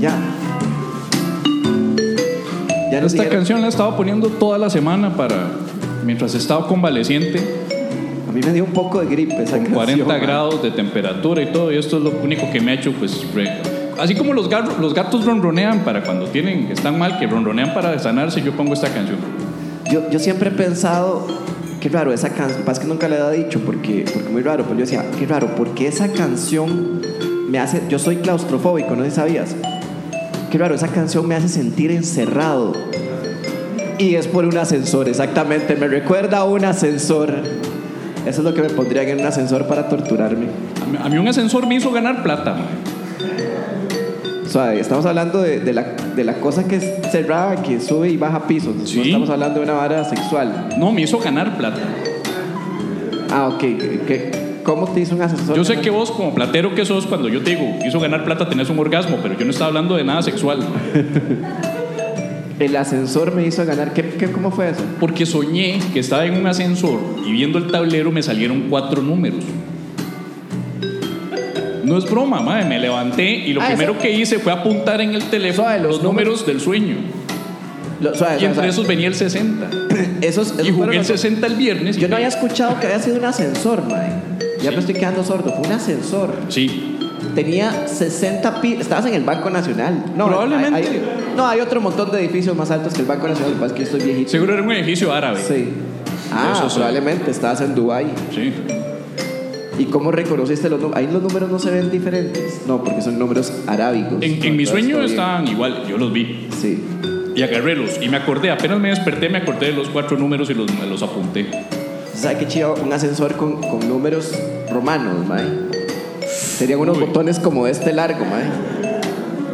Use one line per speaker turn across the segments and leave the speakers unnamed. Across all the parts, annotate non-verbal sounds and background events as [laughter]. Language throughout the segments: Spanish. Ya. Ya nos
Esta
dijeron-
canción la he estado poniendo toda la semana para. Mientras he estado convaleciente,
A mí me dio un poco de gripe esa canción.
40
man.
grados de temperatura y todo, y esto es lo único que me ha hecho, pues. re- Así como los, gar- los gatos ronronean para cuando tienen, están mal, que ronronean para sanarse, yo pongo esta canción.
Yo, yo siempre he pensado, qué raro, esa canción, pasa que nunca le he dicho porque, porque muy raro, pero yo decía, qué raro, porque esa canción me hace, yo soy claustrofóbico, no sé si sabías, qué raro, esa canción me hace sentir encerrado. Y es por un ascensor, exactamente, me recuerda a un ascensor. Eso es lo que me pondrían en un ascensor para torturarme.
A mí, a mí un ascensor me hizo ganar plata. man.
O sea, estamos hablando de, de la, de la cosa que es cerrada, que sube y baja pisos.
Sí.
No estamos hablando de una vara sexual.
No, me hizo ganar plata.
Ah, ok. ¿Qué- ¿Cómo te hizo un asesor?
Yo sé que vos, como platero que sos, cuando yo te digo, me hizo ganar plata, tenés un orgasmo, pero yo no estaba hablando de nada sexual.
El ascensor me hizo ganar. ¿Qué, qué- cómo fue eso?
Porque soñé que estaba en un ascensor y viendo el tablero me salieron cuatro números. No es broma, madre. Me levanté y lo
Ah,
primero que hice fue apuntar en el teléfono
Suave,
los,
los
números del sueño.
Lo- suave,
Y
suave,
entre
suave.
esos venía el 60.
Esos- esos
Y
fueron
jugué el
los-
60 el viernes. y
Yo no
me-
había escuchado que había sido un ascensor, mae. Ya
Sí.
me estoy quedando sordo. Fue un ascensor.
Sí.
Tenía 60 pisos. Estabas en el Banco Nacional. No,
Probablemente.
hay- hay- no, hay otro montón de edificios más altos que el Banco Nacional. Lo que pasa es que yo estoy viejito.
Seguro era un edificio árabe.
Sí. Ah,
Eso sí.
probablemente. Estabas en Dubái.
Sí.
¿Y cómo reconociste los números? Ahí los números no se ven diferentes. No, porque son números arábicos.
En, en mi
Entonces,
sueño
todo bien.
estaban igual. Yo los vi.
Sí.
Y agarré los. Y me acordé. Apenas me desperté, me acordé de los cuatro números y los, los apunté.
¿Sabes qué chido? Un ascensor con, con números romanos, mae. Serían unos
Uy.
botones como este largo, mae.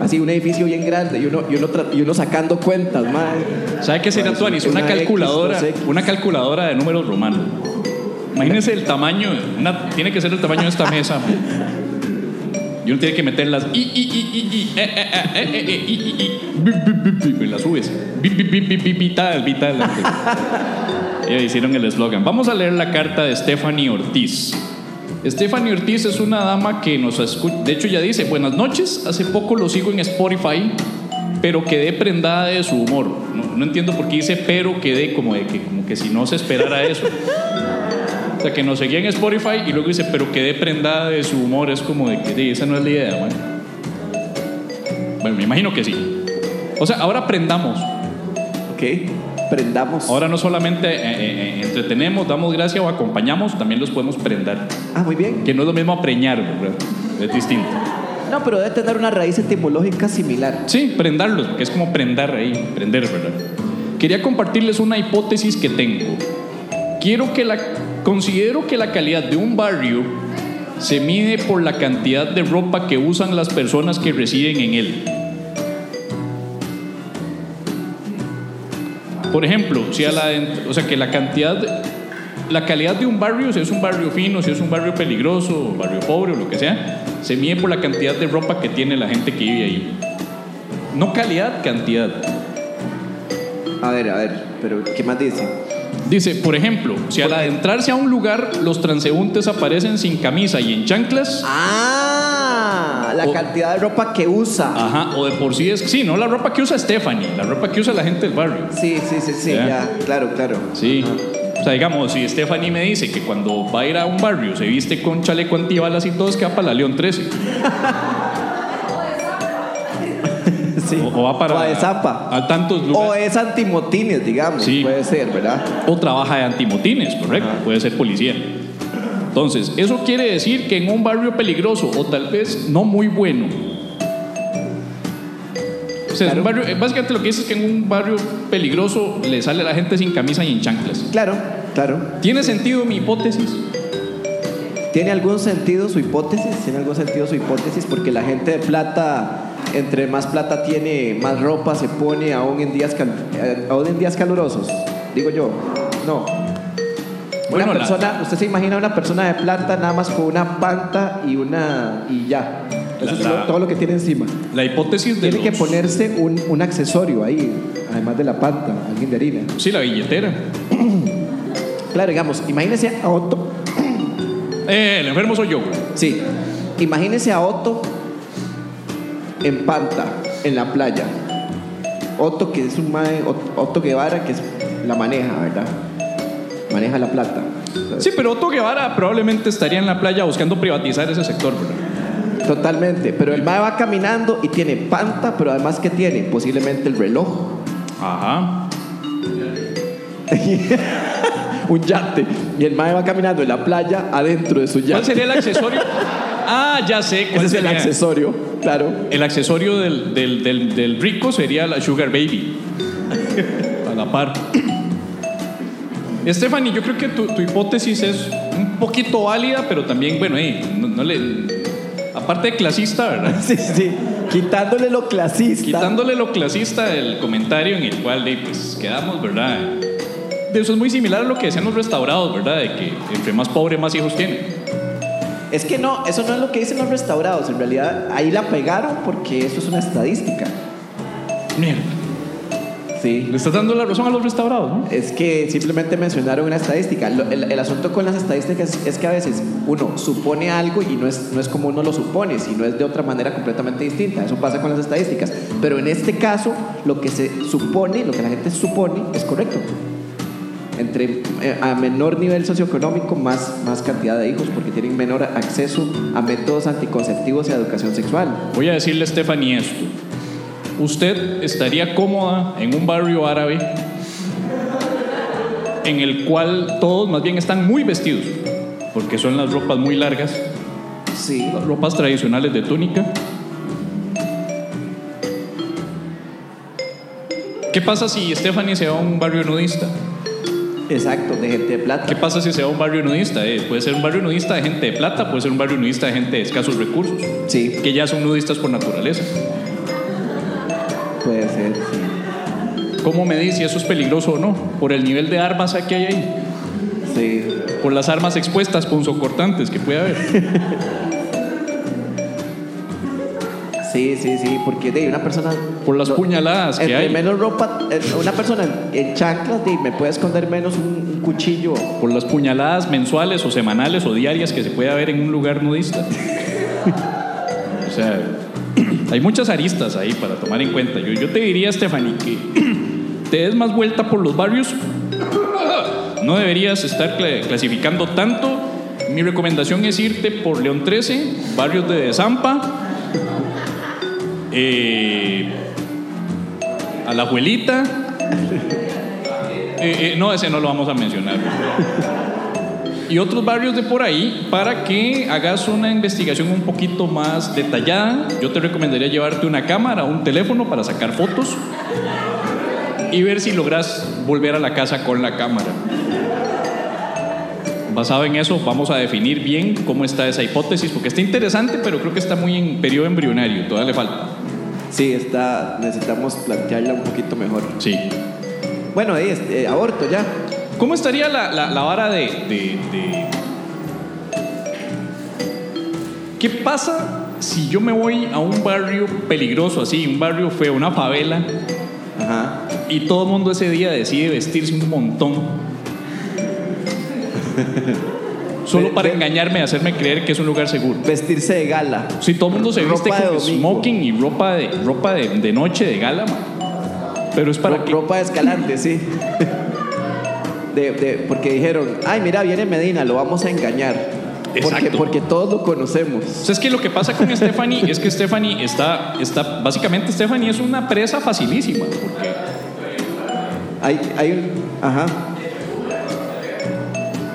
Así, un edificio bien grande y uno, y uno, tra- y uno sacando cuentas, mae.
¿Sabe qué sería
Ay,
Tuanis? Una
una X,
calculadora,
dos X.
una calculadora de números romanos. Imagínense el tamaño, una- tiene que ser el tamaño de esta mesa. Y uno tiene que meter las i, i, i, i, i, eh, eh, eh, eh, eh, eh, i, i, i, bi, bi, bi, bi, bi, y las subes. Bi, bi, bi, bi, bi, vital, vital. Ya hicieron el eslogan. Vamos a leer la carta de Stephanie Ortiz. Stephanie Ortiz es una dama que nos escucha. De hecho, ya dice: Buenas noches. Hace poco lo sigo en Spotify, pero quedé prendada de su humor. No, no entiendo por qué dice, pero quedé como de que, como que si no se esperara eso. O sea, que nos seguía en Spotify y luego dice, pero quedé prendada de su humor. Es como de que, "Sí, esa no es la idea, man". Bueno, me imagino que sí. O sea, ahora prendamos.
Ok, Oh. prendamos.
Ahora no solamente eh, eh, eh, entretenemos, damos gracia o acompañamos, también los podemos prendar.
Ah, muy bien.
Que no es lo mismo apreñar, ¿verdad? Es distinto.
No, pero debe tener una raíz etimológica similar.
Sí, prendarlos, porque es como prendar ahí, prender, ¿verdad? Quería compartirles una hipótesis que tengo. Quiero que la considero que la calidad de un barrio se mide por la cantidad de ropa que usan las personas que residen en él. Por ejemplo, si a la, o sea que la cantidad la calidad de un barrio, si es un barrio fino, si es un barrio peligroso, un barrio pobre o lo que sea, se mide por la cantidad de ropa que tiene la gente que vive ahí. No calidad, cantidad.
A ver, a ver, pero ¿qué más dice?
Dice, por ejemplo, si al adentrarse a un lugar los transeúntes aparecen sin camisa y en chanclas,
Ah, la
O-
cantidad de ropa que usa.
ajá, o de por sí es, sí, no la ropa que usa Stephanie, la ropa que usa la gente del barrio.
Sí, sí, sí, sí,
Ya.
ya, claro, claro.
Sí. O sea, digamos, si Stephanie me dice que cuando va a ir a un barrio se viste con chaleco antibalas y todo, es que va para la León 13.
[laughs] Sí.
O, o va para.
O a de Zapa.
A tantos lugares.
O es antimotines, digamos,
Sí.
puede ser, ¿verdad?
o trabaja de antimotines, correcto, puede ser policía. Entonces, eso quiere decir que en un barrio peligroso o tal vez no muy bueno, O sea, es un barrio- eh, básicamente lo que dice es que en un barrio peligroso le sale a la gente sin camisa y en chanclas.
Claro, claro.
¿Tiene sentido mi hipótesis?
Tiene algún sentido su hipótesis, tiene algún sentido su hipótesis porque la gente de plata, entre más plata tiene, más ropa se pone aún en días, cal- eh, aún en días calurosos, digo yo. No. Una
Bueno, la-
persona, usted se imagina una persona de plata nada más con una panta y una y ya. Eso
La-
es
la-
lo- todo lo que tiene encima.
La hipótesis de
Tiene que
los-
ponerse un, un accesorio ahí, además de la panta, alguien de harina.
Sí, la billetera.
Claro, digamos, imagínese a Otto.
Eh, el enfermo soy yo.
Sí. Imagínese a Otto en Panta, en la playa. Otto que es un mae, Ot- Otto Guevara que es, la maneja, ¿verdad? Maneja la plata.
Sí, pero Otto Guevara probablemente estaría en la playa buscando privatizar ese sector, ¿verdad?
Totalmente. Pero el mae va caminando y tiene Panta, pero además que tiene posiblemente el reloj, [laughs]
Ajá.
un yate. Y el mae va caminando en la playa adentro de su
¿Cuál
yate.
sería el
[laughs]
accesorio? Ah, ya sé.
Ese
¿Cuál
es el
sería?
accesorio, claro.
El accesorio del, del- del- del rico sería la Sugar Baby. A la par. Stephanie, yo creo que tu, tu hipótesis es un poquito válida, pero también, bueno, eh, no, no le. Aparte de clasista, ¿verdad?
Sí, sí. Quitándole lo clasista.
Quitándole lo clasista del comentario en el cual eh, pues, quedamos, ¿verdad? De eso es muy similar a lo que decían los restaurados, ¿verdad? De que entre más pobre, más hijos tiene.
Es que no, eso no es lo que dicen los restaurados. En realidad, ahí la pegaron porque eso es una estadística.
Mierda.
Sí.
Le estás dando la razón a los restaurados, ¿no?
Es que simplemente mencionaron una estadística. Lo- El, el asunto con las estadísticas es que a veces uno supone algo y no es, no es como uno lo supone, sino es de otra manera completamente distinta. Eso pasa con las estadísticas. Pero en este caso, lo que se supone, lo que la gente supone, es correcto. Entre eh, a menor nivel socioeconómico, más, más cantidad de hijos, porque tienen menor acceso a métodos anticonceptivos y a educación sexual.
Voy a decirle a Stephanie esto. Usted estaría cómoda en un barrio árabe en el cual todos más bien están muy vestidos, porque son las ropas muy largas,
Sí.
las ropas tradicionales de túnica. ¿Qué pasa si Stephanie se va a un barrio nudista?
Exacto, de gente de plata.
¿Qué pasa si se va a un barrio nudista? Eh, puede ser un barrio nudista de gente de plata, puede ser un barrio nudista de gente de escasos recursos,
Sí,
que ya son nudistas por naturaleza.
puede ser. sí.
¿Cómo me dice si eso es peligroso o no? Por el nivel de armas que hay ahí,
Sí.
por las armas expuestas, punzocortantes que puede haber.
Sí, sí, sí, porque de una persona.
Por las puñaladas que
Entre
hay.
menos ropa, eh, una persona en chanclas, de, me puede esconder menos un, un cuchillo.
Por las puñaladas mensuales o semanales o diarias que se puede haber en un lugar nudista. O sea, hay muchas aristas ahí para tomar en cuenta. Yo, yo te diría, Stephanie, que te des más vuelta por los barrios. No deberías estar cla- clasificando tanto. Mi recomendación es irte por León 13, barrios de Zampa, eh, a la abuelita. Eh, eh, no, ese no lo vamos a mencionar. Y otros barrios de por ahí para que hagas una investigación un poquito más detallada. Yo te recomendaría llevarte una cámara, un teléfono para sacar fotos y ver si logras volver a la casa con la cámara. Basado en eso, vamos a definir bien cómo está esa hipótesis, porque está interesante, pero creo que está muy en periodo embrionario, todavía le falta.
Sí, está, necesitamos plantearla un poquito mejor.
Sí.
Bueno, ahí, este, eh, aborto ya.
¿Cómo estaría la, la- la vara de, de- de- ¿Qué pasa si yo me voy a un barrio peligroso, así, un barrio feo, una favela,
Ajá.
y todo el mundo ese día decide vestirse un
[laughs]
montón? Solo para engañarme y hacerme creer que es un lugar seguro.
Vestirse de gala.
Si todo el mundo se viste
Ropa de
con
domingo.
smoking y ropa de, ropa de, de noche, de gala, ma. pero es para
Ro-
que...
Ropa de escalante, sí. De, de- porque dijeron, ay, mira, viene Medina, lo vamos a engañar. Porque,
Exacto.
porque todos lo conocemos.
O sea, es que lo que pasa con Stephanie es que Stephanie está, está, básicamente Stephanie es una presa facilísima, porque
Hay, hay un. Ajá.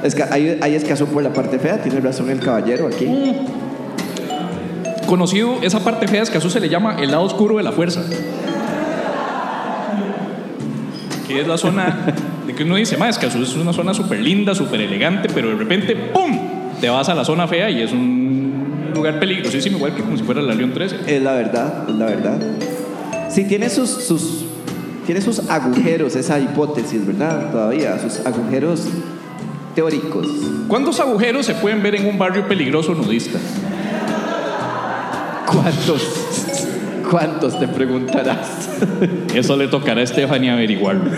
Esca- hay, hay escaso por la parte fea, tiene razón el caballero aquí.
conocido esa parte fea, que a eso se le llama el lado oscuro de la fuerza. que es la zona de que uno dice, más que es una zona súper linda, súper elegante, pero de repente, ¡pum! Te vas a la zona fea y es un lugar peligrosísimo, igual que como si fuera la León 13.
Es la verdad, es la verdad. Sí, tiene sus, sus, tiene sus agujeros, esa hipótesis, ¿verdad? Todavía, sus agujeros teóricos.
¿Cuántos agujeros se pueden ver en un barrio peligroso nudista?
¿Cuántos? ¿Cuántos te preguntarás?
Eso le tocará a Stephanie averiguarlo.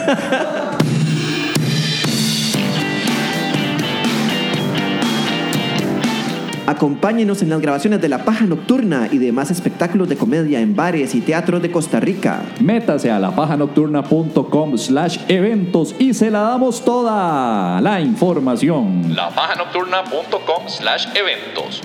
Acompáñenos en las grabaciones de La Paja Nocturna y demás espectáculos de comedia en bares y teatros de Costa Rica.
Métase a lapajanocturna.com slash eventos y se la damos toda la información.
Lapajanocturna.com slash eventos.